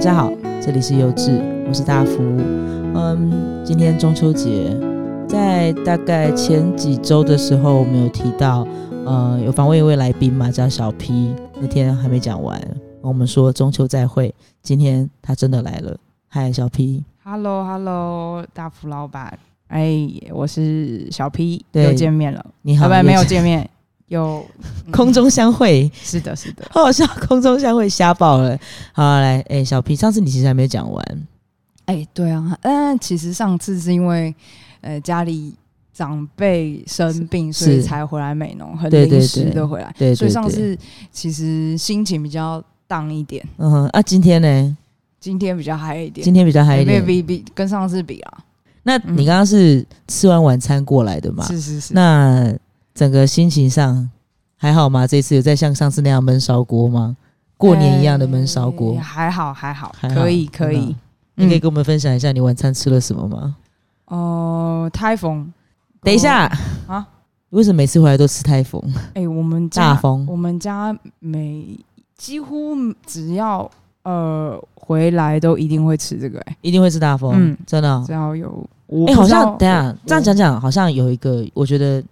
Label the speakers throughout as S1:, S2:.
S1: 家好，这里是优质，我是大福。嗯，今天中秋节，在大概前几周的时候，我们有提到，呃，有访问一位来宾嘛，叫小 P。那天还没讲完，我们说中秋再会，今天他真的来了。嗨，小 P，
S2: Hello Hello，大福老板，哎，我是小 P，
S1: 对
S2: 又见面了，
S1: 你好，
S2: 老板没有
S1: 又嗯
S2: 见面，又
S1: 空中相会，
S2: 是的，是的，
S1: 好好笑，空中相会瞎爆了。好，来，哎、小 P，上次你其实还没有讲完，
S2: 哎，对啊，嗯，其实上次是因为呃家里长辈生病，
S1: 是
S2: 所以才回来美农，很
S1: 对对
S2: 临时
S1: 对
S2: 的回来，
S1: 对对
S2: 所以上
S1: 对
S2: 次其实心情比较荡一点，
S1: 嗯哼，啊，今天呢？
S2: 今天比较嗨一点，
S1: 今天比较嗨一
S2: 没有
S1: 点。
S2: 比比跟上次比啊，
S1: 那
S2: 嗯
S1: 你刚刚是吃完晚餐过来的嘛？
S2: 是是是，
S1: 那整个心情上还好吗？这次有在像上次那样焖烧锅吗？过年一样的焖烧锅，
S2: 哎还好还好，
S1: 还好
S2: 可以可以，
S1: 你可以
S2: 嗯
S1: 跟我们分享一下你晚餐吃了什么吗？
S2: 哦，台风，
S1: 等一下
S2: 啊，
S1: 为什么每次回来都吃泰丰
S2: 哎、我们家
S1: 大风？
S2: 我们家每几乎只要呃回来都一定会吃这个、哎，
S1: 一定会吃大风，
S2: 嗯
S1: 真的哦、
S2: 只要有我
S1: 哎、
S2: 不
S1: 好
S2: 知道
S1: 像等一下
S2: 我
S1: 这样讲讲，好像有一个，我觉得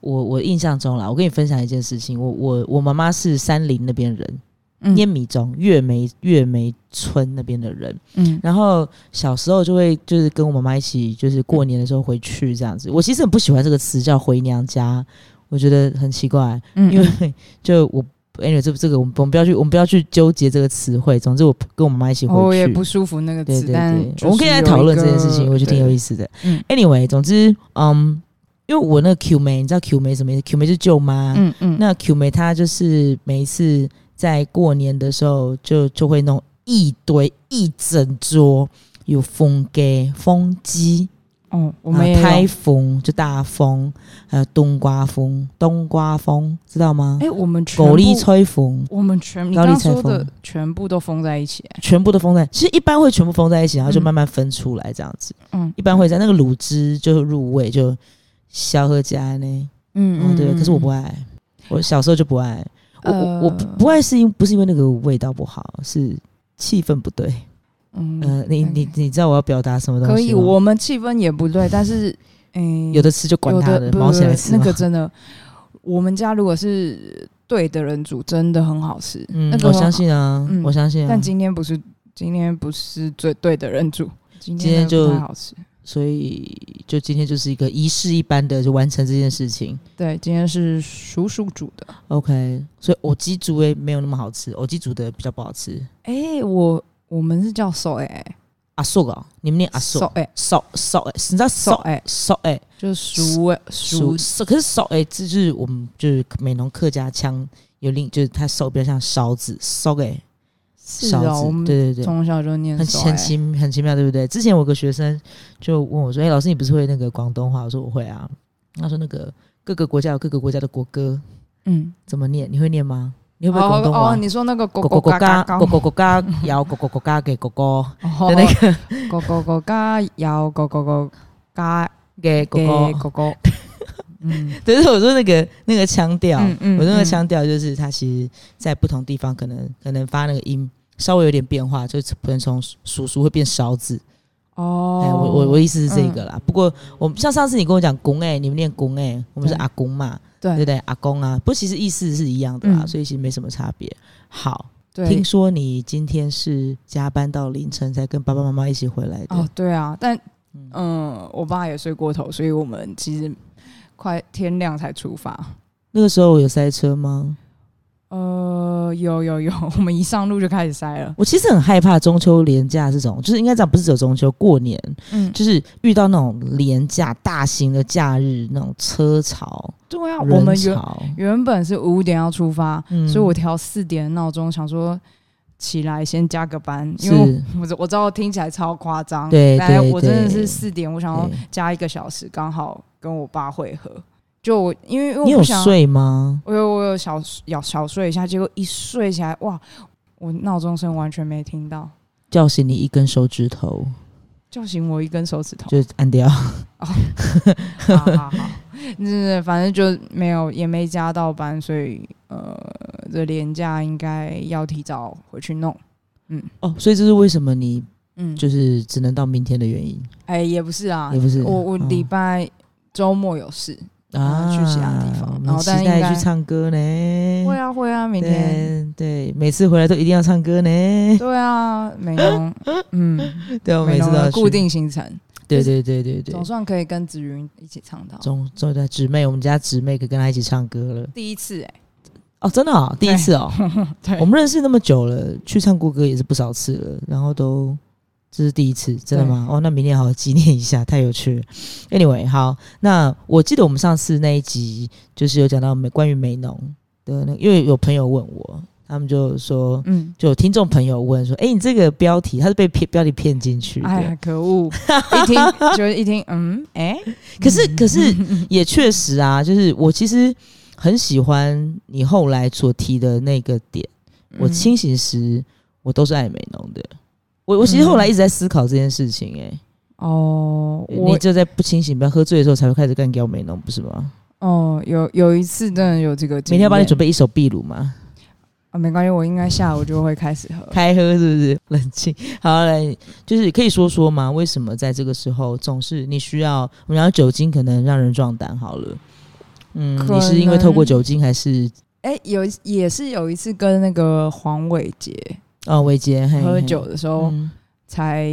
S1: 我我印象中啦，我跟你分享一件事情，我我我妈妈是山林那边人，
S2: 嗯
S1: 烟米中月梅月梅村那边的人，
S2: 嗯
S1: 然后小时候就会就是跟我妈妈一起，就是过年的时候回去这样子。我其实很不喜欢这个词叫回娘家，我觉得很奇怪，
S2: 嗯
S1: 因为就我 anyway 这这个我们我们不要去我们不要去纠结这个词汇。总之我跟我妈妈一起回去，
S2: 哦我也不舒服那个
S1: 对
S2: 词，
S1: 对
S2: 但
S1: 对，
S2: 就是
S1: 我们可以来讨论这件事情，
S2: 有一个
S1: 我觉得挺有
S2: 对
S1: 意思的。
S2: 嗯
S1: anyway，总之嗯，因为我那个 Q 妹，你知道 Q 妹什么意思？Q 妹是舅妈，
S2: 嗯嗯，
S1: 那 Q 妹她就是每一次在过年的时候就就会弄一堆一整桌，有风给风鸡，
S2: 哦，我
S1: 我
S2: 们也有
S1: 啊台风就大风，还有冬瓜风，冬瓜风知道吗
S2: 哎、？我们全部
S1: 狗力吹风，
S2: 我们全你
S1: 高
S2: 刚
S1: 丽
S2: 刚
S1: 菜
S2: 说的
S1: 风
S2: 全部都封在一起、哎
S1: 全部都封在，其实一般会全部封在一起，然后就
S2: 嗯
S1: 慢慢分出来这样子。
S2: 嗯
S1: 一般会在那个卤汁就入味，就小喝加呢。
S2: 嗯
S1: 嗯，对，可是我不
S2: 爱，
S1: 爱，我小时候就不爱。我我我不
S2: 呃
S1: 不爱是因不是因为那个味道不好，是气氛不对。
S2: 嗯，
S1: 呃，你你你知道我要表达什么东西吗？嗯
S2: 可以，我们气氛也不对，但是，哎、
S1: 有的吃就管
S2: 有
S1: 他
S2: 的
S1: 的，
S2: 不
S1: 毛起来
S2: 不
S1: 吃嘛。
S2: 那个真的，我们家如果是对的人煮，真的很好吃。
S1: 嗯
S2: 那，个
S1: 我
S2: 很好
S1: 相。信啊，
S2: 嗯
S1: 我相信啊。
S2: 但今天不是，今天不是最对的人煮，今
S1: 今天
S2: 真的不
S1: 就
S2: 太好吃。
S1: 所以就今天就是一个仪式一般的就完成这件事情。
S2: 对，今天是叔叔煮的。
S1: OK，所以我鸡煮诶没有那么好吃，我鸡煮的比较不好吃。
S2: 哎、我我们是叫手哎、
S1: 阿寿啊，你们念阿寿
S2: 手哎
S1: 寿寿诶，你知道寿
S2: 手哎，
S1: 寿诶
S2: 就是熟哎熟
S1: 熟寿，可是寿诶，这就是我们就是美浓客家腔有另就是它寿比较像勺子烧诶
S2: 是
S1: 勺
S2: 啊，我
S1: 子，
S2: 们
S1: 对对对，
S2: 从小就念
S1: 很
S2: 手
S1: 很
S2: 哎
S1: 奇很奇妙，对不对？之前我有个学生就问我说：“哎、老师，你不是会那个广东话？”我说：“我会啊。”他说：“那个各个国家有各个国家的国歌
S2: 嗯，
S1: 怎么念？你会念吗？你会不会广
S2: 哦
S1: 东话？”
S2: 哦，你说那个狗
S1: 狗狗
S2: 狗
S1: 国
S2: 嘎
S1: 家，
S2: 嘎嘎
S1: 狗狗国家，摇狗狗国家给狗狗
S2: 哦
S1: 的那 个
S2: 狗狗狗嘎摇狗狗狗嘎
S1: 给狗
S2: 给
S1: 狗。
S2: 狗狗，嗯。
S1: 对，是我说那个那个腔调，
S2: 嗯嗯
S1: 我那个
S2: 嗯
S1: 腔调就是它其实在不同地方可能可能发那个音稍微有点变化，就是可能从叔叔会变勺子，
S2: 哦，嗯
S1: 哎，我我我意思是这个啦。不过我们像上次你跟我讲公哎，你们念公哎，我们是
S2: 对
S1: 阿公嘛，对不
S2: 对
S1: 对？阿公啊，不过其实意思是一样的啦，
S2: 嗯
S1: 所以其实没什么差别。好，
S2: 对
S1: 听说你今天是加班到凌晨才跟爸爸妈妈一起回来的，
S2: 哦，对啊，但
S1: 嗯
S2: 嗯，我爸也睡过头，所以我们其实快天亮才出发。
S1: 那个时候有塞车吗？
S2: 呃，有有 有，我们一上路就开始塞了。
S1: 我其实很害怕中秋连假这种，就是应该讲不是只有中秋，过年
S2: 嗯，
S1: 就是遇到那种连假、大型的假日那种车潮、
S2: 对啊，我
S1: 人
S2: 们原
S1: 潮，
S2: 原本是五点要出发，
S1: 嗯
S2: 所以我调四点闹钟，想说起来先加个班，因为
S1: 嗯是
S2: 我我我知道听起来超夸张，
S1: 对
S2: 但
S1: 对
S2: 我真的
S1: 对
S2: 是四点，我想要
S1: 对
S2: 加一个小时，刚好跟我爸会合。就我因为因为我
S1: 你
S2: 不
S1: 有
S2: 想
S1: 睡吗？
S2: 我有我有小小小睡一下，结果一睡起来，哇，我闹钟声完全没听到，
S1: 叫醒你一根手指头
S2: 叫醒我一根手指头。
S1: 就按掉，
S2: 好好 好，那反正就没有也没加到班，所以呃，这年假应该要提早回去弄。嗯
S1: 哦，所以这是为什么你
S2: 嗯，
S1: 就是只能到明天的原因
S2: 哎、也不是啊，
S1: 也不是
S2: 我我
S1: 哦
S2: 礼拜周末有事，
S1: 啊？
S2: 去其他地方
S1: 我们
S2: 然后
S1: 期
S2: 但应
S1: 待
S2: 该
S1: 去唱歌呢。
S2: 会啊会啊，明天。
S1: 对对，每次回来都一定要唱歌呢。
S2: 对啊，美容，嗯，
S1: 对， 我
S2: 美
S1: 每次
S2: 容
S1: 都要
S2: 的
S1: 去
S2: 固。定行程，
S1: 对对对对对
S2: 总，算可以跟子云一起唱到
S1: 总总的姊妹，我们家姊妹可以跟她一起唱歌了。
S2: 第一次哎、
S1: 哦，真的哦，第一次哦。
S2: 对
S1: 我们认识那么久了，去唱过歌也是不少次了，然后都这是第一次，真的吗？哦，那明天好好纪念一下，太有趣了。Anyway，好，那我记得我们上次那一集就是有讲到美关于美农的那个因为有朋友问我，他们就说。
S2: 嗯，
S1: 就有听众朋友问说：“哎、你这个标题，他是被骗标题骗进去的。
S2: 哎，可恶，一听 就是一听，嗯，哎、
S1: 可是，可是也确实啊，就是我其实很喜欢你后来所提的那个点。我
S2: 嗯
S1: 清醒时，我都是爱美浓的。我我其实后
S2: 嗯
S1: 来一直在思考这件事情、欸，
S2: 哦，
S1: 你
S2: 我
S1: 就在不清醒、不要喝醉的时候，才会开始干掉美浓，不是吗？
S2: 哦，有有一次真的有这个经
S1: 明
S2: 验，
S1: 天要帮你准备一手壁炉嘛，
S2: 啊，没关系，我应该下午就会开始喝。
S1: 开喝是不是？ 冷静，好来，就是可以说说吗？为什么在这个时候总是你需要？我们讲酒精可能让人壮胆，好了，嗯，
S2: 可
S1: 你是因为
S2: 能
S1: 透过酒精还是
S2: 哎、有一也是有一次跟那个黄伟杰
S1: 哦，维杰嘿
S2: 喝
S1: 嘿
S2: 酒的时候，
S1: 嗯
S2: 才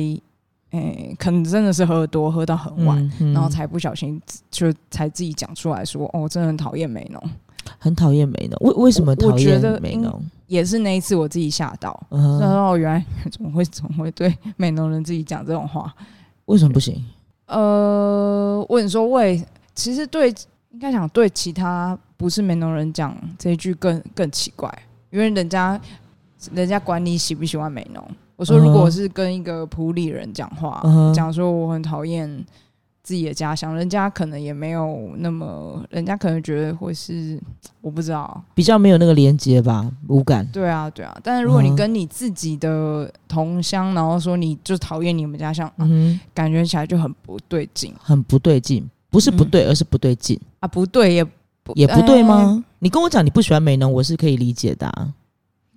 S2: 哎、可能真的是喝多，喝到很晚。
S1: 嗯嗯
S2: 然后才不小心就才自己讲出来说，哦，真的很讨厌美浓。
S1: 很讨厌美浓，为为什么
S2: 我
S1: 讨
S2: 我觉得
S1: 厌美
S2: 应呃
S1: 浓？
S2: 也是那一次我自己吓到，
S1: 嗯
S2: 然
S1: 哼
S2: 后哦原来 怎么会怎么会对 美浓人自己讲这种话？
S1: 为什么不行？
S2: 呃，我跟你说为，其实对应该讲对其他不是美浓人讲这一句更更奇怪，因为人家人家管你喜不喜欢美浓。我说
S1: 嗯哼
S2: 如果我是跟一个普里人讲话
S1: 嗯哼，
S2: 啊讲、说我很讨厌自己的家乡，人家可能也没有那么，人家可能觉得会是我不知道，
S1: 比较没有那个连接吧，无感。
S2: 对啊对啊。但是如果
S1: 嗯
S2: 你
S1: 哼
S2: 跟你自己的同乡，然后说你就讨厌你们家乡、啊
S1: 嗯哼，
S2: 感觉起来就很不对劲
S1: 很不对劲，不是不
S2: 嗯
S1: 对，而是不对劲，
S2: 啊，不对也不
S1: 也不呃对
S2: 哎
S1: 吗？你跟我讲你不喜欢美浓，我是可以理解的、啊。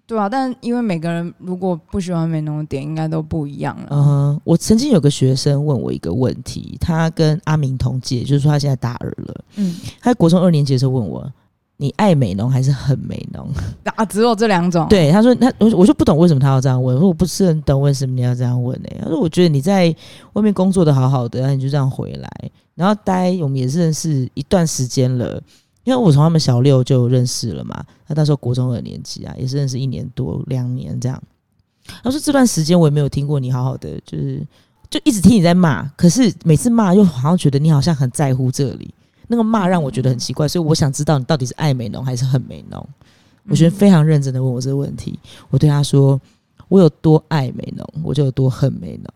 S2: 对啊，但因为每个人如果不喜欢美浓的点，应该都不一样了。
S1: 嗯哼，我曾经有个学生问我一个问题，他跟阿明同届，就是说他现在大二了，
S2: 嗯，
S1: 他在国中二年级的时候问我。你爱美浓还是很美浓？
S2: 啊，只有这两种。，
S1: 对，他说他我我就不懂为什么他要这样问，我说我不是很懂为什么你要这样问呢、欸他说我觉得你在外面工作的好好的，然后你就这样回来，然后待我们也是认识一段时间了，因为我从他们小六就认识了嘛，他那时候国中二年级啊，也是认识一年多两年这样。他说这段时间我也没有听过你好好的，就是就一直听你在骂，可是每次骂又好像觉得你好像很在乎这里，那个骂让我觉得很奇怪，所以我想知道你到底是爱美浓还是恨美浓。我
S2: 嗯
S1: 觉得非常认真的问我这个问题，我对他说：“我有多爱美浓，我就有多恨美浓。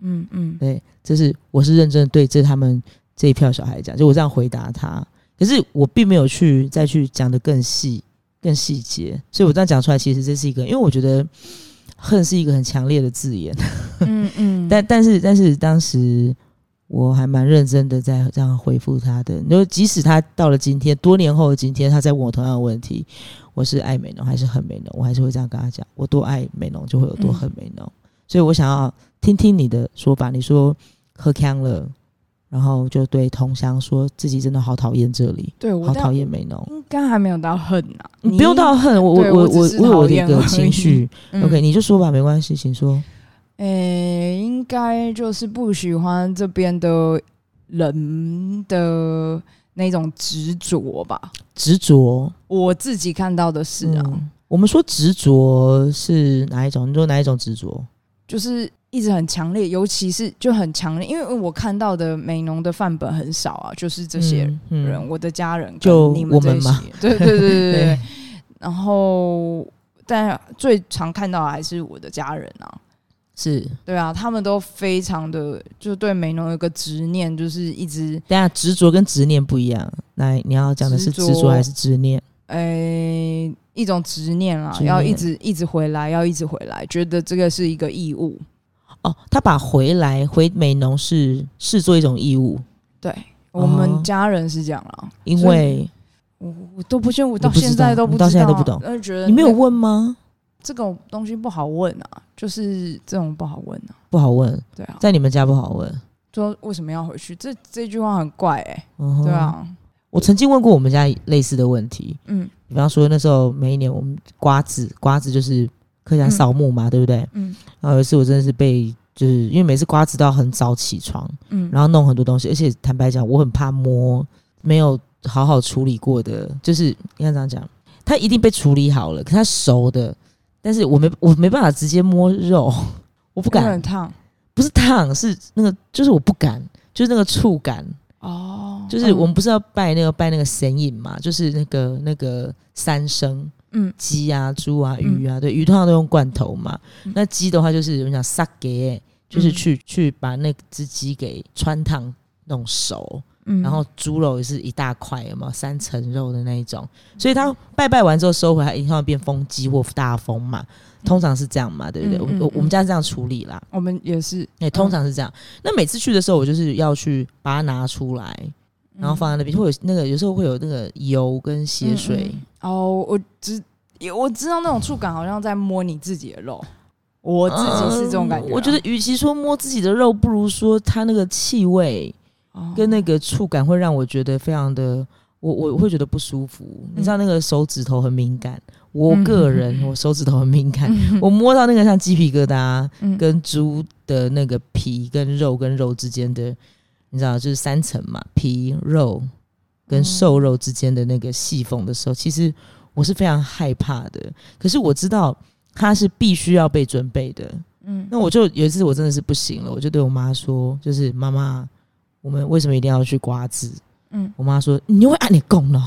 S2: 嗯嗯”，
S1: 对，这是我是认真的对这他们这一票小孩讲，就我这样回答他。可是我并没有去再去讲的更细、更细节，所以我这样讲出来，其实这是一个，因为我觉得恨是一个很强烈的字眼，
S2: 嗯嗯，
S1: 但但是但是当时我还蛮认真的在这样回复他的，你说即使他到了今天，多年后的今天，他再问我同样的问题，我是爱美浓还是恨美浓，我还是会这样跟他讲，我多爱美浓就会有
S2: 嗯
S1: 多恨美浓，所以我想要听听你的说法，你说喝康了。然后就对同乡说自己真的好讨厌这里，
S2: 对我
S1: 好
S2: 但
S1: 讨厌美浓。
S2: 应该还没有嗯到恨啊呐、
S1: 你不用到恨我，我
S2: 对
S1: 我
S2: 我只
S1: 我
S2: 是
S1: 我有我的
S2: 讨
S1: 一
S2: 厌
S1: 个
S2: 而已
S1: 情绪。
S2: 嗯
S1: OK，你就说吧，没关系，请说。
S2: 诶、应该就是不喜欢这边的人的那种执着吧。
S1: 执着，
S2: 我自己看到的是啊，
S1: 嗯我们说执着是哪一种？你说哪一种执着？
S2: 就是一直很强烈，尤其是就很强烈，因为我看到的美浓的范本很少啊，就是这些
S1: 嗯嗯
S2: 人，我的家人跟
S1: 就
S2: 你
S1: 我
S2: 这
S1: 们
S2: 些
S1: 嘛，
S2: 对对 对对对。对然后，但最常看到的还是我的家人啊，
S1: 是。
S2: 对啊，他们都非常的就对美浓有个执念，就是一直
S1: 等一下执着跟执念不一样，来，你要讲的是执
S2: 执
S1: 着
S2: 着
S1: 还是执念？
S2: 诶、呃一种执念啦，
S1: 执念
S2: 要一直一直回来，要一直回来，觉得这个是一个义务，
S1: 哦，他把回来回美农是视作一种义务，
S2: 对。
S1: 哦
S2: 我们家人是这样啦，
S1: 因为
S2: 我我都不哦信，我到
S1: 你不知道
S2: 现在都不呃
S1: 你到现在都不
S2: 知道
S1: 懂
S2: 但是觉得
S1: 你没有
S2: 那
S1: 问吗？
S2: 这种东西不好问啊，就是这种不好问啊，
S1: 不好问，
S2: 对啊，
S1: 在你们家不好问。
S2: 说为什么要回去？这这句话很怪哎、
S1: 嗯哼
S2: 对，啊，
S1: 我曾经问过我们家类似的问题，
S2: 嗯
S1: 比方说那时候每一年我们瓜子，瓜子就是客家
S2: 嗯
S1: 扫墓嘛，对不对？
S2: 嗯
S1: 然后有一次我真的是被，就是因为每次瓜子都要很早起床，
S2: 嗯，
S1: 然后弄很多东西，而且坦白讲，我很怕摸没有好好处理过的，就是应该这样讲，它一定被处理好了，可它熟的，但是我没我没办法直接摸肉，我不
S2: 不
S1: 敢
S2: 很，烫
S1: 不是烫，是那个就是我不敢，就是那个触感，
S2: 哦，
S1: 就是我们不是要拜那个拜那个神隐嘛，就是那个那个三牲。
S2: 嗯
S1: 鸡啊、猪啊、鱼啊，对，鱼通常都用罐头嘛。
S2: 嗯
S1: 那鸡的话就是我们讲杀给，就是
S2: 嗯
S1: 去、去把那只鸡给穿烫弄熟，
S2: 嗯，
S1: 然后猪肉也是一大块，有没有三层肉的那一种？所以它拜拜完之后收回来，一定会变风鸡或大风嘛，通常是这样嘛，对不对？
S2: 嗯
S1: 我
S2: 嗯
S1: 我
S2: 嗯
S1: 我们家是这样处理啦，
S2: 我们也是，
S1: 哎、通常是这样。那每次去的时候，我就是要去把它拿出来，然后放在那边，会有那个有时候会有那个油跟血
S2: 嗯
S1: 水。
S2: 嗯哦，我知我知道那种触感，好像在摸你自己的肉，我自己是这种感觉啊、
S1: 嗯我觉得，与其说摸自己的肉，不如说它那个气味
S2: 哦
S1: 跟那个触感会让我觉得非常的，我我会觉得不舒服。你
S2: 嗯
S1: 知道那个手指头很敏感，我个人、我手指头很敏感，我摸到那个像鸡皮疙瘩啊
S2: 嗯
S1: 跟猪的那个皮跟肉跟肉之间的，你知道就是三层嘛，皮肉
S2: 嗯
S1: 跟瘦肉之间的那个细缝的时候，其实我是非常害怕的。可是我知道它是必须要被准备的。
S2: 嗯
S1: 那我就有一次我真的是不行了，我就对我妈说，就是妈妈，我们为什么一定要去刮子？
S2: 嗯，
S1: 我妈说你又会按你供了，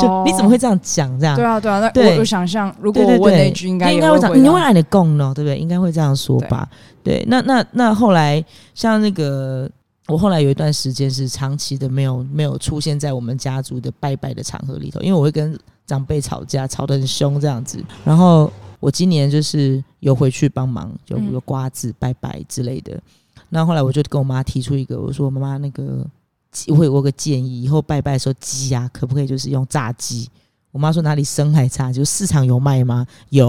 S1: 就
S2: 哦
S1: 你怎么会这样讲这样？
S2: 对啊对啊，那
S1: 对
S2: 我我想象，如果
S1: 对
S2: 我
S1: 对
S2: 问那
S1: 对，
S2: 一句，应该
S1: 应
S2: 也
S1: 该
S2: 会
S1: 讲
S2: 回
S1: 你
S2: 答
S1: 会按啊你供了，对不对？应该会这样说吧？对，那那那后来像那个。我后来有一段时间是长期的没有没有出现在我们家族的拜拜的场合里头，因为我会跟长辈吵架，吵得很凶这样子。然后我今年就是有回去帮忙，有
S2: 嗯
S1: 有瓜子拜拜之类的。那、后来我就跟我妈提出一个，我说妈妈那个，我有我有个建议，以后拜拜的时候鸡啊，可不可以就是用炸鸡？我妈说哪里生还差，就市场有卖吗？有。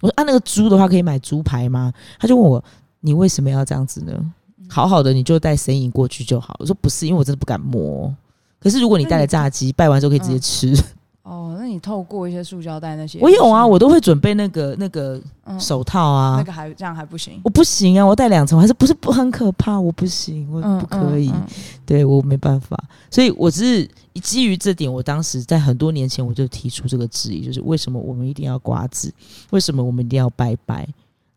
S1: 我说啊，那个猪的话可以买猪排吗？她就问我你为什么要这样子呢？
S2: 嗯
S1: 好好的你就带神隐过去就好。我说不是，因为我真的不敢摸。可是如果你带了炸鸡，拜完之后可以直
S2: 嗯
S1: 接吃。
S2: 哦，那你透过一些塑胶袋那些，
S1: 我有啊，我都会准备那个那个
S2: 嗯
S1: 手套啊。
S2: 那个还这样还不行，
S1: 我不行啊，我戴两层，我还是不是不很可怕？我不行，我
S2: 嗯
S1: 不可以，
S2: 嗯嗯
S1: 对我没办法。所以我只是基于这点，我当时在很多年前我就提出这个质疑，就是为什么我们一定要刮子？为什么我们一定要拜拜？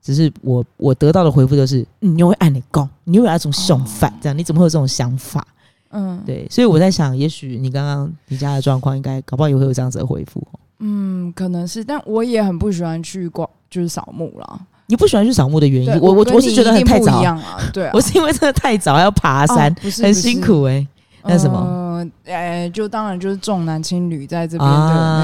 S1: 只是我我得到的回复就是，嗯、你会按你供，你会有那种想法，
S2: 哦
S1: 这样你怎么会有这种想法？
S2: 嗯，
S1: 对，所以我在想，也许你刚刚你家的状况，应该搞不好也会有这样子的回复哦。
S2: 嗯，可能是，但我也很不喜欢去逛，就是扫墓啦。
S1: 你不喜欢去扫墓的原因
S2: 对，
S1: 我我
S2: 跟
S1: 我是
S2: 你
S1: 觉得
S2: 一
S1: 很
S2: 定
S1: 太
S2: 不
S1: 早
S2: 一，样啊，对啊，
S1: 我是因为真的太早，还要爬山
S2: 啊，不是
S1: 很辛，苦哎、
S2: 不是
S1: 那什
S2: 嗯，呃，就当然就是重男轻女在这边的
S1: 啊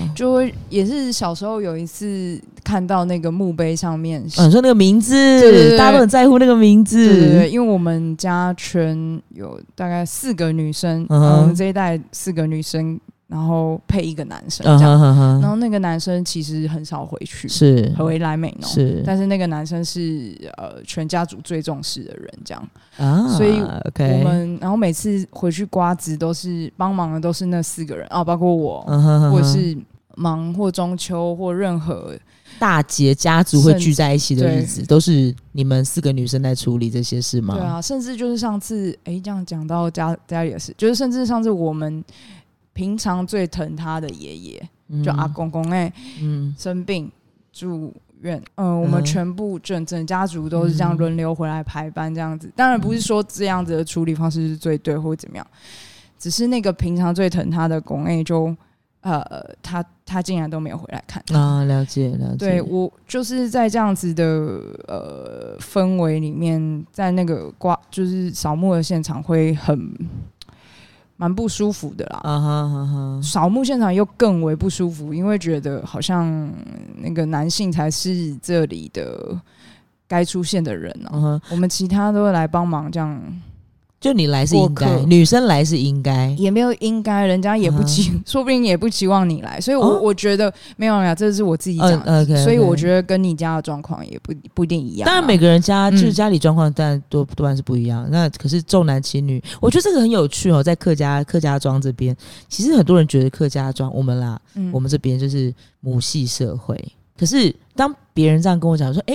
S2: 那个，就会也是小时候有一次看到那个墓碑上面
S1: 啊，你说那个名字，
S2: 对对对
S1: 大家都很在乎那个名字，
S2: 对对对，因为我们家全有大概四个女生，
S1: 嗯哼
S2: 然后我们这一代四个女生，然后配一个男生
S1: 嗯
S2: 这样。
S1: 哼哼
S2: 然
S1: 哼，
S2: 后那个男生其实很少回去，
S1: 是
S2: 回来美农，
S1: 是
S2: 但是那个男生是呃全家族最重视的人，这样。
S1: 啊，
S2: 所以
S1: OK，
S2: 我们然后每次回去瓜子都是帮忙的都是那四个人啊，包括我，
S1: 嗯哼哼
S2: 或
S1: 哼
S2: 是忙或中秋或任何
S1: 大节家族会
S2: 甚
S1: 聚在一起的
S2: 对
S1: 日子，都是你们四个女生在处理这些事吗？
S2: 对啊，甚至就是上次，哎、这样讲到家家里的事，就是甚至上次我们平常最疼他的爷爷，
S1: 嗯，
S2: 就阿公公哎、
S1: 嗯，
S2: 生病住院，嗯、我们
S1: 嗯
S2: 全部整整家族都是这样
S1: 嗯
S2: 轮流回来排班这样子。当然不是说这样子的处理方式是最对或怎么样，只是那个平常最疼他的公哎就呃，他他竟然都没有回来看他。
S1: 啊，了解了解，
S2: 对我就是在这样子的呃氛围里面，在那个刮就是扫墓的现场会很蛮不舒服的啦。
S1: 啊哈哈哈，
S2: 扫墓现场又更为不舒服，因为觉得好像那个男性才是这里的该出现的人啊，
S1: 嗯哼，嗯
S2: 我们其他都会来帮忙这样。
S1: 就你来是应
S2: 过
S1: 该，
S2: 客
S1: 女生来是应该。
S2: 也没有应该，人家也不期， 说不定也不期望你来，所以我，我、
S1: 嗯哦
S2: 觉得没有没有，这是我自己讲
S1: 嗯
S2: 的，
S1: ，OK，
S2: 所以
S1: 得。
S2: 我觉得跟你家的状况也不不一定一样啊。
S1: 当然，每个人家就是
S2: 嗯
S1: 家里状况，当然多多半是不一样。那可是重男轻女，
S2: 嗯
S1: 我觉得这个很有趣哦。在客家客家庄这边，其实很多人觉得客家庄我们啦，
S2: 嗯
S1: 我们这边就是母系社会。可是当别人这样跟我讲说：“哎、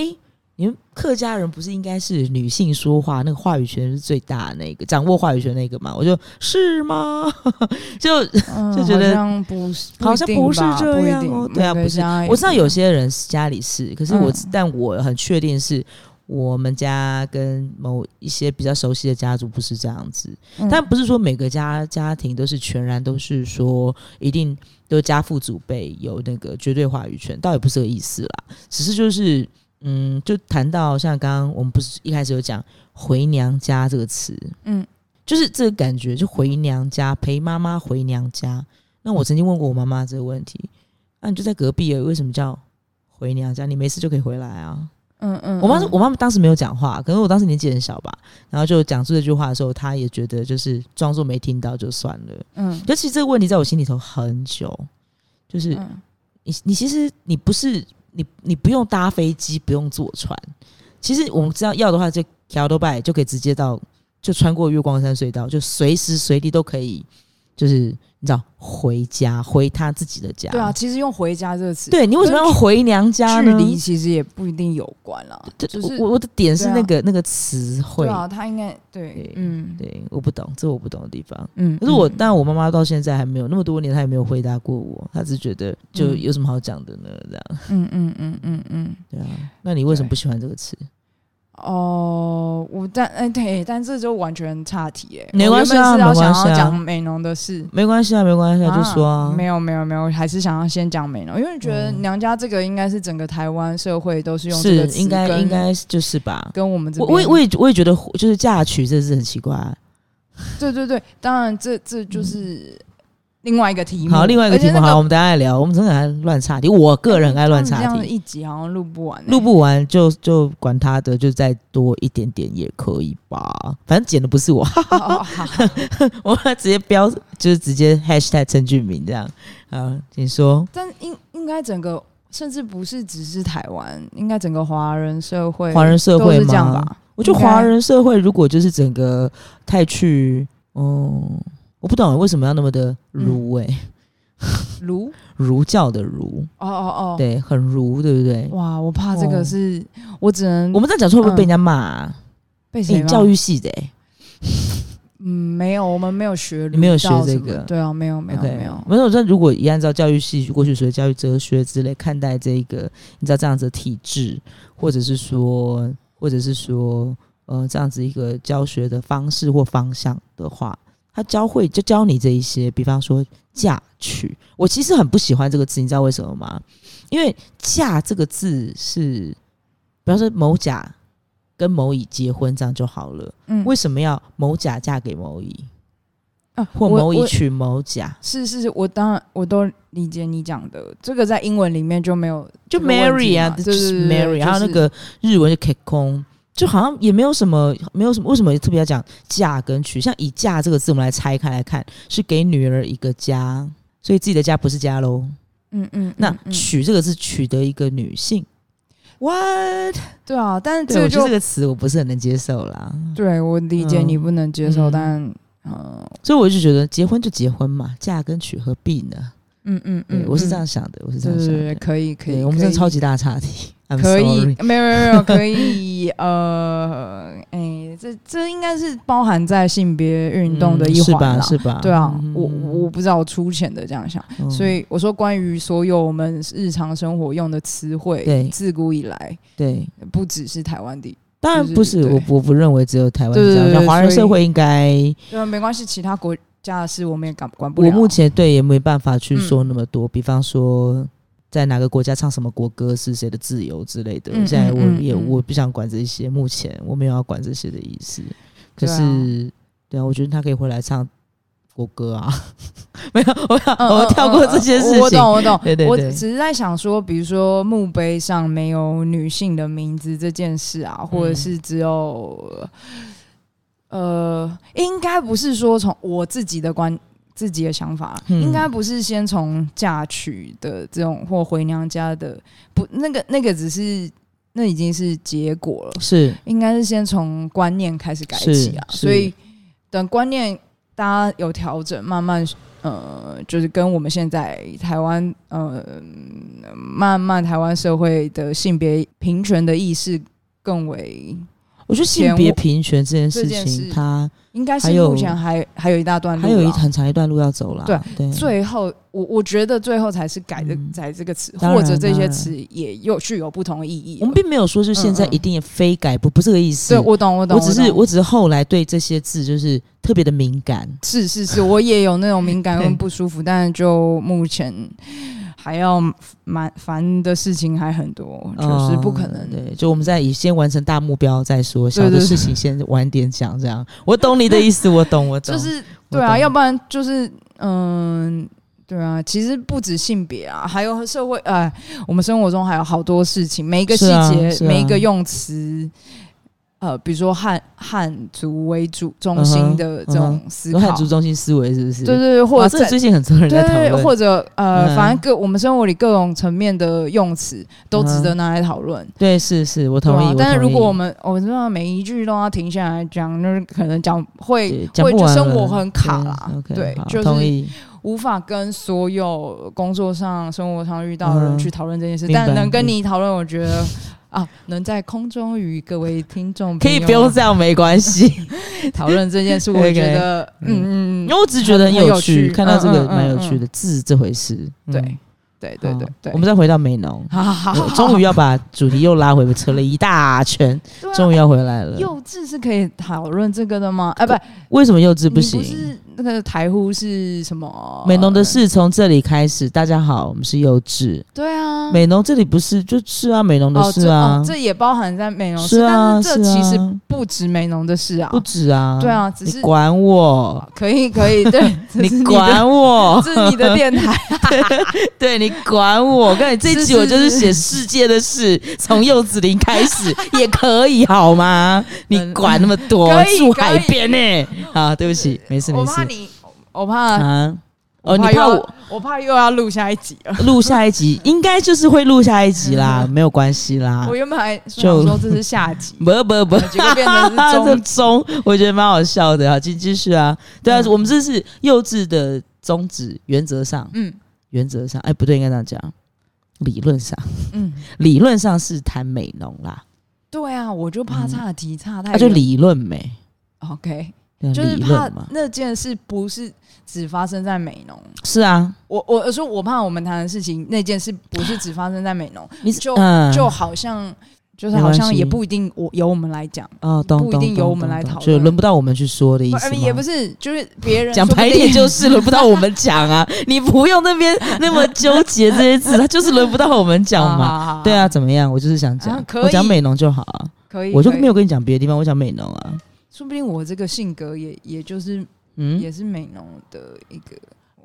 S1: 你们客家人不是应该是女性说话那个话语权是最大的那个，掌握话语权那个嘛？”我就是吗？ 就
S2: 嗯
S1: 就觉得
S2: 好像不是，
S1: 好像不是这样哦对啊不是我知道有
S2: 些
S1: 些人是家里是，可是我、
S2: 嗯
S1: 但我很确定是我们家跟某一些比较熟悉的家族不是这样子。
S2: 嗯
S1: 但不是说每个家家庭都是全然都是说一定都家父祖辈有那个绝对话语权，倒也不是这个意思啦。只是就是嗯，就谈到像刚刚我们不是一开始有讲“回娘家”这个词，
S2: 嗯
S1: 就是这个感觉，就回娘家陪妈妈回娘家。那我曾经问过我妈妈这个问题，那、你就在隔壁而已，为什么叫回娘家？你没事就可以回来啊。
S2: 嗯嗯，
S1: 我妈
S2: 嗯
S1: 我妈妈当时没有讲话，可能我当时年纪很小吧，然后就讲出这句话的时候，她也觉得就是装作没听到就算了。
S2: 嗯
S1: 尤其实这个问题在我心里头很久，就是
S2: 嗯
S1: 你你其实你不是你你不用搭飞机，不用坐船，其实我们知道要的话就 k y o 拜就可以直接到，就穿过月光山隧道，就随时随地都可以，就是你知道回家回他自己的家。
S2: 对啊，，其实用回家这个词，
S1: 对你为什么要回娘家
S2: 距
S1: 呢？
S2: 离其实也不一定有关啦，
S1: 对
S2: 就是
S1: 我我的点是
S2: 对啊
S1: 那个、那个词汇
S2: 对。啊，他应该对
S1: 对，
S2: 嗯
S1: 对，我不懂，这我不懂的地方。
S2: 嗯，
S1: 可是我，
S2: 嗯
S1: 但我妈妈到现在还没有那么多年，她也没有回答过我，她只觉得就
S2: 嗯
S1: 有什么好讲的呢？这样，
S2: 嗯嗯嗯嗯嗯。
S1: 对啊。那你为什么
S2: 对
S1: 不喜欢这个词？
S2: 哦，我但哎、对，但这就完全岔题哎、
S1: 没
S2: 我
S1: 关
S2: 原
S1: 系
S2: 本
S1: 啊
S2: 是要
S1: 没关
S2: 想
S1: 系
S2: 要
S1: 啊
S2: 讲美容的事，
S1: 没关系啊，没关系啊，就说啊。
S2: 没有没有没有，还是想要先讲美容，因为觉得
S1: 嗯
S2: 娘家这个应该是整个台湾社会都是用这
S1: 是
S2: 个词
S1: 应该
S2: 跟
S1: 应该就是吧。
S2: 跟我们这
S1: 我
S2: 边，
S1: 我也我也我也觉得就是嫁娶这是很奇怪啊、
S2: 对对对，当然这这就是另外一个题
S1: 嗯
S2: 目，
S1: 好，另外一个题目，
S2: 而且那
S1: 好，我们等一下来聊。我们真的很爱乱岔题，我个人很爱乱
S2: 这
S1: 岔
S2: 样子
S1: 题，
S2: 一集好像录不完欸、
S1: 录不完就就管他的，就再多一点点也可以吧。反正剪的不是我，
S2: 哦 哦好好
S1: 我要直接标就是直接 hashtag 陈俊明这样。好，请说。
S2: 但应应该整个甚至不是只是台湾，应该整个华人社会，
S1: 华人社会
S2: 都是
S1: 吗
S2: 这样吧？
S1: 我觉得
S2: 应该
S1: 华人社会如果就是整个太去，嗯，我不懂为什么要那么的儒诶、
S2: 嗯如
S1: 儒教的儒，
S2: 哦哦哦，
S1: 对，很儒，对不对？
S2: 哇，我怕这个
S1: 哦
S2: 是，我只能
S1: 我们这样讲出来会不会被人家骂、啊？
S2: 被
S1: 诶
S2: 嗯谁
S1: 你
S2: 吗
S1: 教？育系的、欸，
S2: 嗯，没有，我们没有学儒教什么，
S1: 没有学这个
S2: 对啊，没有，没有，
S1: OK
S2: 没有，
S1: 没有。但如果以按照教育系过去所谓教育哲学之类看待这一个，你知道这样子的体制，或者是说，或者是说，呃，这样子一个教学的方式或方向的话，他教会就教你这一些，比方说嫁娶。我其实很不喜欢这个字，你知道为什么吗？因为嫁这个字是，比方说某甲跟某乙结婚这样就好了，
S2: 嗯，
S1: 为什么要某甲嫁给某乙，
S2: 啊
S1: 或
S2: 我
S1: 某
S2: 我
S1: 乙娶某甲？
S2: 是是是，我当然我都理解你讲的，这个在英文里面就没有
S1: 就
S2: 这个问题
S1: Mary 啊，
S2: 嘛
S1: 就
S2: 对对
S1: 是
S2: 对对
S1: Mary，
S2: 就
S1: 然后那
S2: 是
S1: 个日文就 k i k o n 就好像也没有什么，没有什么，为什么特别要讲嫁跟娶？像以嫁这个字，我们来拆开来看，是给女儿一个家，所以自己的家不是家喽。
S2: 嗯嗯，
S1: 那
S2: 嗯嗯
S1: 娶这个字取得一个女性，what？
S2: 对啊，但是
S1: 对，
S2: 这
S1: 我觉得
S2: 就
S1: 这个词我不是很能接受啦，
S2: 对我理解你
S1: 嗯
S2: 不能接受，
S1: 嗯
S2: 但呃，
S1: 所以我就觉得结婚就结婚嘛，嫁跟娶何必呢？
S2: 嗯嗯
S1: 对，
S2: 嗯，
S1: 我是
S2: 嗯
S1: 这样，想的，我是这
S2: 对
S1: 样
S2: 对
S1: 想
S2: 对，对
S1: 的。
S2: 可以可以，
S1: 对，我们真的
S2: 可以
S1: 超级大岔题，I'm
S2: 可以
S1: sorry，。
S2: 没有没有没有，可以呃， 哎、这这应该是包含在性别运动的
S1: 嗯
S2: 一
S1: 是
S2: 环
S1: 吧？
S2: 啦。
S1: 是吧？
S2: 对啊，
S1: 嗯
S2: 我我不知道，我粗浅的这样想，
S1: 嗯
S2: 所以我说关于所有我们日常生活用的词
S1: 对
S2: 汇，自古以来
S1: 对，
S2: 不只是台湾地，
S1: 当然不是，
S2: 就是
S1: 我
S2: 对
S1: 不我不认为只有台湾
S2: 对对
S1: 这
S2: 对
S1: 样，
S2: 对
S1: 华人
S2: 所以
S1: 社会应该，
S2: 对啊，没关系，其他国家的事我们也管管不
S1: 我
S2: 了。嗯
S1: 目前对也没办法去说那么多，比方说。在哪个国家唱什么国歌是谁的自由之类的，
S2: 嗯
S1: 现在我
S2: 嗯嗯
S1: 也、
S2: 嗯
S1: 我不想管这些，目前我没有要管这些的意思。可
S2: 对啊
S1: 是，对啊，我觉得他可以回来唱国歌啊， 没有，我想、
S2: 嗯
S1: 我
S2: 嗯
S1: 跳过这些
S2: 嗯嗯
S1: 事情。
S2: 我懂，我懂。
S1: 对对
S2: 我
S1: 对
S2: 只是在想说，比如说墓碑上没
S1: 嗯
S2: 有女性的名字这件事啊，或者是只有、呃，应该不是说从我自己的观自己的想法，
S1: 嗯
S2: 应该不是先从嫁娶的这种或回娘家的，不，那个那个只是那已经是结果了，
S1: 是
S2: 应该是先从观念开始改起啊。
S1: 是是
S2: 所以等观念大家有调整，慢慢呃，就是跟我们现在台湾呃，慢慢台湾社会的性别平权的意识更为。
S1: 我觉得性别平权这件事
S2: 这件
S1: 情，
S2: 事
S1: 它
S2: 应该是
S1: 还有
S2: 目前还还有一大段路啦，
S1: 还有一很长一段路要走啦。
S2: 对
S1: 对，
S2: 最后，我我觉得最后才是改的
S1: 嗯
S2: 改这个词，
S1: 当然
S2: 或者这
S1: 当
S2: 些
S1: 然
S2: 词也有具有不同的意义。
S1: 我们并没有说就现在
S2: 嗯嗯
S1: 一定非改不，不是这个意思
S2: 对。我懂，我懂，
S1: 我只是
S2: 懂
S1: 我只是后来对这些字就是特别的敏感。
S2: 是是是，我也有那种敏感
S1: 对
S2: 跟不舒服，但是就目前还要蛮烦的事情还很多，就是不可能
S1: 嗯。哦对，就我们在以先完成大目标再说，
S2: 对
S1: 小的
S2: 对
S1: 事情先晚点讲。这样，我懂你的意思，我懂，我懂。
S2: 就是
S1: 我
S2: 对啊，
S1: 懂
S2: 要不然就是嗯。对啊，其实不止性别啊，还有社会，呃，我们生活中还有好多事情，每一个细
S1: 是啊
S2: 节，
S1: 是啊
S2: 每一个用词，呃，比如说汉汉族为主中
S1: 嗯
S2: 心
S1: 哼
S2: 的
S1: 嗯
S2: 这种思
S1: 有
S2: 考
S1: 汉，族中心思维是不是？
S2: 对对对，或
S1: 哇，
S2: 者
S1: 这个最近很多人在讨
S2: 对，
S1: 论。
S2: 或者
S1: 嗯
S2: 呃，反正各我们生活里各种层面的用词都值
S1: 嗯
S2: 得拿来讨论。
S1: 对，是是，我同
S2: 对啊
S1: 意。
S2: 但是如果我
S1: 们
S2: 们我知道每一句都要停下来讲，就是可能讲
S1: 对
S2: 会
S1: 讲
S2: 会
S1: 不
S2: 就
S1: 完
S2: 生活
S1: 了
S2: 很卡啦
S1: 对，OK，，
S2: 对
S1: 好，
S2: 就
S1: 同
S2: 是啊
S1: 意。
S2: 无法跟所有工作上、生活上遇到的
S1: 嗯
S2: 人去讨论这件事，
S1: 明白
S2: 但能跟你讨论，我觉得啊，能在空中与各位听众
S1: 可以
S2: 朋
S1: 不
S2: 友
S1: 用这样，没关 系。
S2: 讨论这件事，我
S1: OK，
S2: 觉得 嗯嗯
S1: 因为我只是觉得很
S2: 很
S1: 有
S2: 有
S1: 趣，
S2: 趣
S1: 看到这
S2: 嗯
S1: 个
S2: 嗯嗯
S1: 蛮有趣的字这回事。嗯
S2: 对对对对
S1: 好
S2: 对，
S1: 我们再回到美浓，
S2: 好好好好
S1: 我
S2: 好，
S1: 终于要把主题又拉回，扯了一大圈，
S2: 对啊
S1: 终于要回来了。
S2: 幼稚是可以讨论这个的吗？啊，不，
S1: 为什么幼稚
S2: 你
S1: 不
S2: 不
S1: 行？
S2: 是呃那个台呼是什么？
S1: 美浓的事从这里开始。大家好，我们是幼稚。
S2: 对啊，
S1: 美浓这里不是就是啊，美浓的
S2: 哦
S1: 事
S2: 这
S1: 啊
S2: 哦，，这也包含在美容
S1: 是啊，
S2: 但是这
S1: 是啊
S2: 其实不止美容的事啊，
S1: 不止啊，
S2: 对，啊，只
S1: 你
S2: 是
S1: 管 我，
S2: 可以可以， 对，这是
S1: 你
S2: 的
S1: 管我，
S2: 这是你的电台，
S1: 对你管我！我跟你这一
S2: 是
S1: 集
S2: 是
S1: 我就是
S2: 是
S1: 写世界的事，从柚子林开 始也可以好吗？你
S2: 嗯
S1: 管那么多
S2: 可，以
S1: 住
S2: 可
S1: 海
S2: 以
S1: 边呢、好，对不起，没事
S2: 我
S1: 没
S2: 怕
S1: 事
S2: 你，我怕
S1: 啊。哦，你
S2: 怕
S1: 怕
S2: 又
S1: 我
S2: 要我怕又要录下一集了。
S1: 录下一集，应该就是会录下一集啦，没有关系啦
S2: 嗯我。原本还想
S1: 就，
S2: 说这是下集
S1: 不不不，
S2: 结果变成是
S1: 这
S2: 中
S1: 中，我觉得蛮好笑的啊。继继续啊，对啊，
S2: 嗯
S1: 我们这是幼稚的宗旨，原则上，
S2: 嗯
S1: 原则上，哎，不对，应该这样讲，理论上，
S2: 嗯，
S1: 理论上是谈美浓啦。
S2: 对啊，我就怕岔题岔太
S1: 嗯啊那就
S2: 远
S1: 理论美，
S2: OK，
S1: 对啊
S2: 就是
S1: 理
S2: 怕
S1: 论嘛，
S2: 那件事不是只发生在美农。
S1: 是啊，
S2: 我我我说我怕我们谈的事情那件事不是只发生在美农，
S1: 你
S2: 就
S1: 嗯
S2: 就好像就是
S1: 没
S2: 好
S1: 关
S2: 像也
S1: 系
S2: 不一定我由我们来讲，
S1: 哦，懂
S2: 不一定
S1: 懂
S2: 由
S1: 懂
S2: 我们来
S1: 懂
S2: 讨
S1: 就
S2: 论
S1: 轮不到我们去说的意
S2: 不
S1: 思
S2: 呃
S1: 吗。
S2: 也不是就是别人
S1: 讲
S2: 说不
S1: 白一点
S2: 定
S1: 就是轮不到我们讲 啊，你不用那边那么纠结这些字，它就是轮不到我们讲嘛。
S2: 嘛
S1: 对，啊，怎么样？我就是想讲
S2: 啊，可以
S1: 我讲美浓就好啊，
S2: 可以，
S1: 我就
S2: 可以
S1: 没有，跟你讲别的地方，我讲美浓啊。
S2: 说不定我这个性格也也就是
S1: 嗯，
S2: 也是美农的一个，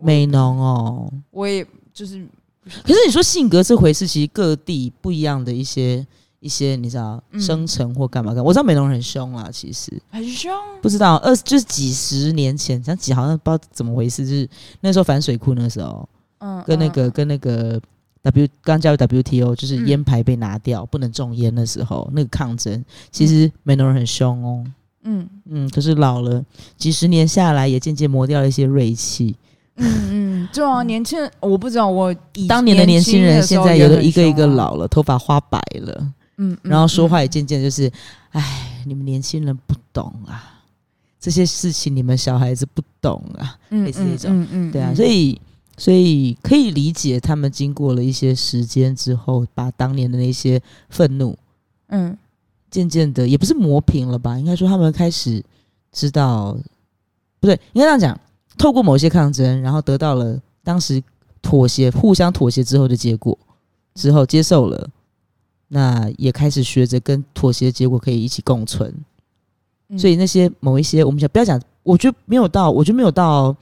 S1: 美浓哦。
S2: 我也就是
S1: 可是你说性格这回事，其实各地不一样的一些一些，你知道
S2: 嗯
S1: 生成或干嘛干嘛。我知道美浓人很凶啊，其实
S2: 很凶，
S1: 不知道，二十就是几十年前，讲几好像不知道怎么回事，就是那时候反水库那时候，
S2: 嗯，
S1: 跟那个、
S2: 嗯
S1: 跟那个 W 刚加入 WTO，就是
S2: 嗯
S1: 烟牌被拿掉，不能种烟的时候，那个抗争，其实美浓人很凶哦，
S2: 嗯
S1: 嗯，可是老了几十年下来，也渐渐磨掉了一些锐气。
S2: 嗯嗯，对啊，年轻人我不知道我以
S1: 当年的年轻人，
S2: 时
S1: 现
S2: 候
S1: 在
S2: 也
S1: 有的
S2: 很
S1: 一个一个
S2: 凶啊，
S1: 老了，头发花白了，
S2: 嗯，嗯
S1: 然后说
S2: 嗯
S1: 话也渐渐就是，哎，你们年轻人不懂啊，这些事情你们小孩子不懂啊。类
S2: 嗯
S1: 似这种
S2: 嗯嗯，
S1: 对啊，
S2: 嗯
S1: 所以所以可以理解他们经过了一些时间之后，把当年的那些愤怒
S2: 嗯
S1: 渐渐的也不是磨平了吧？应该说他们开始知道，不对，应该这样讲，透过某些抗争，然后得到了当时妥协、互相妥协之后的结果，之后接受了。那也开始学着跟妥协的结果可以一起共存，
S2: 嗯
S1: 所以那些某一些，我们讲不要讲，我觉得没有到，我觉得没有到，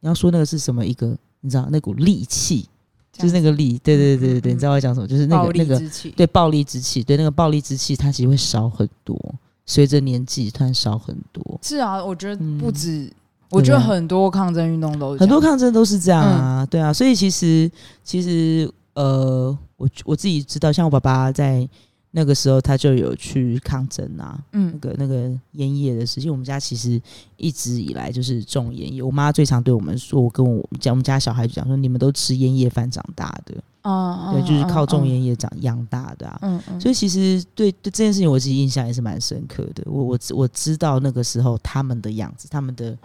S1: 你要说那个是什么一个，你知道那股戾气，就是那个戾，对对对对对，
S2: 嗯嗯
S1: 你知道我要讲什么，就是那
S2: 暴
S1: 个那
S2: 力
S1: 个
S2: 之气，
S1: 对暴力之气，对那个暴力之气，它其实会少很多，随着年纪突然少很多。
S2: 是啊，我觉得不
S1: 嗯
S2: 止，我觉得
S1: 对啊
S2: 很多抗争运动都是
S1: 很多
S2: 这样嗯
S1: 抗争都是这样啊，对啊，所以其实其实呃，我我自己知道，像我爸爸在那个时候他就有去抗争啊，那
S2: 嗯
S1: 个那个烟叶的事情，我们家其实一直以来就是种烟叶。我妈最常对我们说，我跟我们家我们家小孩就讲说，你们都吃烟叶饭长大的，
S2: 啊，
S1: 对，就是靠种
S2: 种
S1: 烟叶长养大的啊。
S2: 嗯嗯，
S1: 所以其实对对这件事情，我自己印象也是蛮深刻的。我我我知道那个时候他们的样子，他们的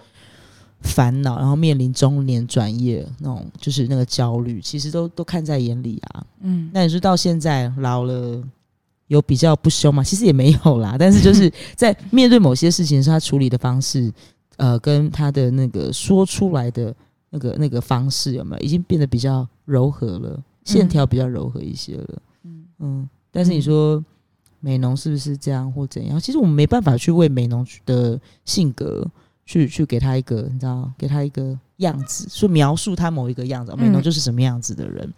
S1: 烦恼，然后面临中年转业那种，就是那个焦虑，其实都都看在眼里啊。
S2: 嗯
S1: 那你说到现在老了，有比较不凶吗？其实也没有啦，但是就是在面对某些事情的时候，他处理的方式，呃，跟他的那个说出来的那个那个方式有没有已经变得比较柔和了，线条比较柔和一些了。
S2: 嗯
S1: 嗯，但是你说美农是不是这样或怎样？其实我们没办法去为美农的性格去去给他一个，你知道，给他一个样子，去描述他某一个样子。美农
S2: 嗯
S1: 就是什么样子的人，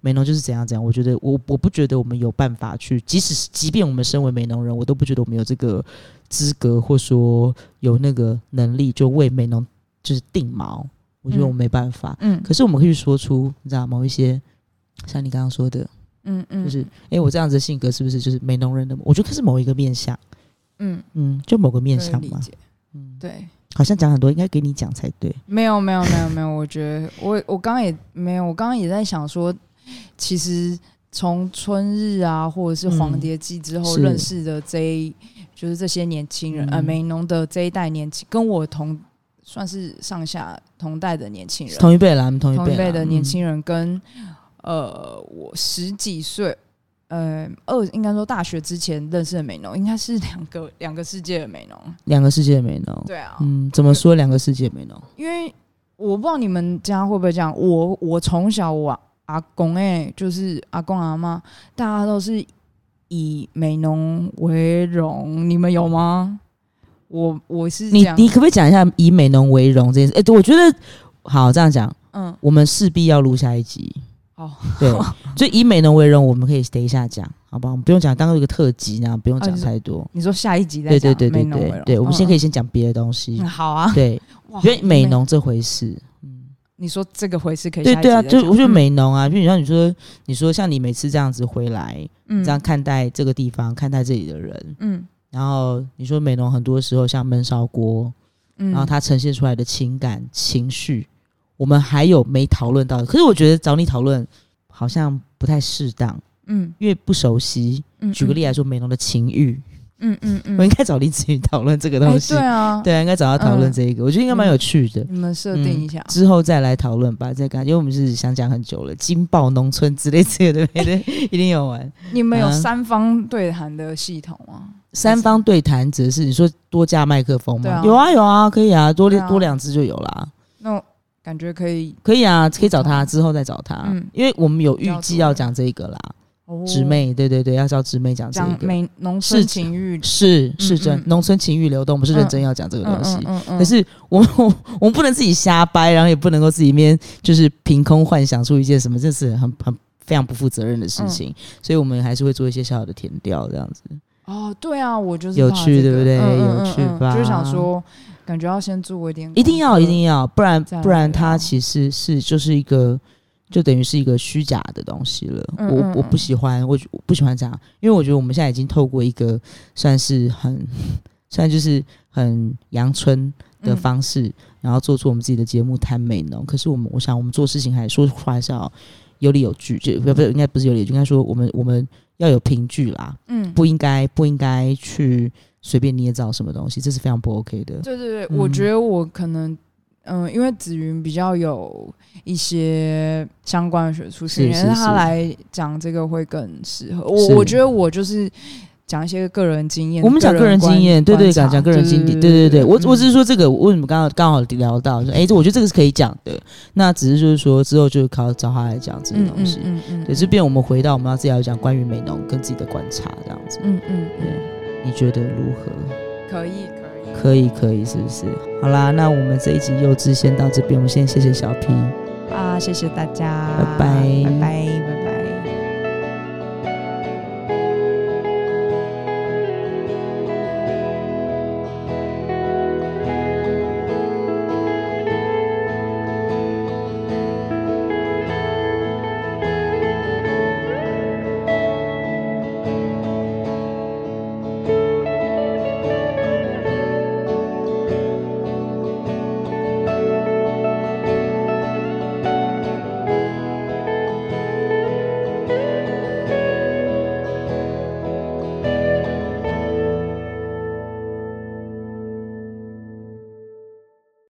S1: 美农就是怎样怎样。我觉得我我不觉得我们有办法去，即使是即便我们身为美农人，我都不觉得我们有这个资格，或说有那个能力，就为美农就是定锚。我觉得
S2: 嗯
S1: 我没办法，
S2: 嗯
S1: 可是我们可以说出，你知道某一些，像你刚刚说的，
S2: 嗯嗯，
S1: 就是哎、诶我这样子的性格是不是就是美容人的？我觉得是某一个面相，
S2: 嗯
S1: 嗯，就某个面
S2: 可以
S1: 相
S2: 理
S1: 嘛，
S2: 解，
S1: 嗯，
S2: 对。
S1: 好像讲很多，应该给你讲才对。
S2: 没有没有没有没有，我觉得我我刚刚也没有，我刚刚也在想说，其实从春日啊，或者是黄蝶季之后
S1: 是
S2: 认识的这一，就是这些年轻人，呃，
S1: 嗯
S2: 美农的这一代年轻，跟我同算是上下同代的年轻人，
S1: 同一辈啦，我们同一
S2: 同
S1: 辈嗯
S2: 一
S1: 啦
S2: 辈的年，
S1: 嗯
S2: 轻人跟、呃我十几岁，呃二应该说大学之前认识的美农，应该是两个两个世界的美农，
S1: 两个世界的美容，
S2: 对啊，
S1: 嗯，怎么说两个世界美容？
S2: 因为我不知道你们家会不会这样，我我从小我阿公哎、就是阿公阿妈，大家都是以美浓为荣，你们有吗？我我是这
S1: 你
S2: 样
S1: 你可不可以讲一下以美容为荣这件事？哎、对我觉得好这样讲，
S2: 嗯
S1: 我们势必要录下一集。
S2: 哦，
S1: 对，所以以美容为荣，我们可以等一下讲，好吧？我们不用讲，当做一个特辑那样，不用
S2: 啊
S1: 讲
S2: 就是
S1: 太多。
S2: 你说下一集再
S1: 对对
S2: 讲
S1: 对对
S2: 美浓为
S1: 对
S2: 荣，嗯
S1: 对，我们先可
S2: 以、
S1: 以先讲别的东 西。
S2: 嗯好啊，
S1: 对，
S2: 哇
S1: 觉得美，浓这回事，嗯，
S2: 你说这个回事可以
S1: 对
S2: 下一集
S1: 对啊，
S2: 再
S1: 就
S2: 讲
S1: 我觉得
S2: 嗯
S1: 美浓啊，就你像你说，你说像你每次这样子回来，
S2: 嗯
S1: 这样看待这个地方，看待这里的人，
S2: 嗯
S1: 然后你说美浓很多时候像焖烧锅，
S2: 嗯，
S1: 然后它呈现出来的情感情绪，我们还有没讨论到的？可是我觉得找你讨论好像不太适当，
S2: 嗯
S1: 因为不熟悉。
S2: 嗯，
S1: 举个例
S2: 子，
S1: 来说，美浓的情欲，
S2: 嗯嗯嗯，
S1: 我应该找林子宇讨论这个
S2: 哎
S1: 东西
S2: 对。啊，
S1: 对啊，嗯应该找他讨论这一个，我觉得应该蛮有趣的。
S2: 你们设定一下，
S1: 之后再来讨论吧，再看，因为我们是想讲很久了，金爆农村之类之类 的，对对，一定有玩。
S2: 你们有
S1: 啊
S2: 三方对谈的系统吗？
S1: 三方对谈则是你说多加麦克风吗？
S2: 对啊
S1: 有啊有啊，可以啊，多、
S2: 对啊
S1: 多两只就有啦，
S2: 那我感觉可以，
S1: 可以啊，可以找他，之后再找他，
S2: 嗯
S1: 因为我们有预计要讲这个啦，
S2: 哦
S1: 姊妹，对对对，要找姊妹讲这
S2: 讲
S1: 个，
S2: 美农
S1: 是
S2: 村情欲
S1: 是是真
S2: 嗯，
S1: 农、村情欲流动，我们是认真要讲这个东西。
S2: 嗯嗯
S1: 可是我们我们不能自己瞎掰，然后也不能够自己面就是凭空幻想出一件什么，这是很很非常不负责任的事情。
S2: 嗯
S1: 所以我们还是会做一些小小的填调，这样子。
S2: 哦，对啊，我就是
S1: 有
S2: 怕
S1: 趣
S2: 这
S1: 对不
S2: 个
S1: 对
S2: 嗯嗯嗯
S1: 有趣
S2: 嗯
S1: 吧
S2: 就是想说，感觉要先做一点功课，
S1: 一定要一定要，不然
S2: 再来
S1: 不然
S2: 聊
S1: 它其实
S2: 嗯
S1: 是就是一个。就等于是一个虚假的东西了，
S2: 嗯嗯
S1: 我我
S2: 嗯
S1: 不喜欢，我我不喜欢这样，因为我觉得我们现在已经透过一个算是很，算就是很阳春，的
S2: 嗯
S1: 方式，然后做出我们自己的节目谈美浓。可是我们，我想我们做事情还说话是要有理有据，就不不应该不是有理有据，应该说我们我们要有凭据啦，
S2: 嗯，
S1: 不应该不应该去随便捏造什么东西，这是非常不 OK 的。
S2: 对对对，
S1: 嗯
S2: 我觉得我可能。嗯，因为紫云比较有一些相关的学术训
S1: 是
S2: 练，
S1: 是
S2: 但他
S1: 是
S2: 来讲这个会更适合我。
S1: 是
S2: 我觉得我就是讲一些个人经验，
S1: 我们讲个人经验，对对，
S2: 观
S1: 讲
S2: 察嗯
S1: 讲个人经历，对对对，我我只是说这个，为什么刚好刚好聊到，说哎，这我觉得这个是可以讲的，那只是就是说之后就考找他来讲这个
S2: 嗯
S1: 东
S2: 嗯
S1: 西，
S2: 嗯嗯，
S1: 对，这边我们回到我们要自己要讲关于美浓跟自己的观察这样子，
S2: 嗯嗯
S1: 对
S2: 嗯，，
S1: 你觉得如何？
S2: 可以可以。
S1: 可以，可以，是不是？好啦，那我们这一集幼稚先到这边，我们先谢谢小 P。
S2: 啊，谢谢大家，
S1: 拜拜
S2: 拜拜。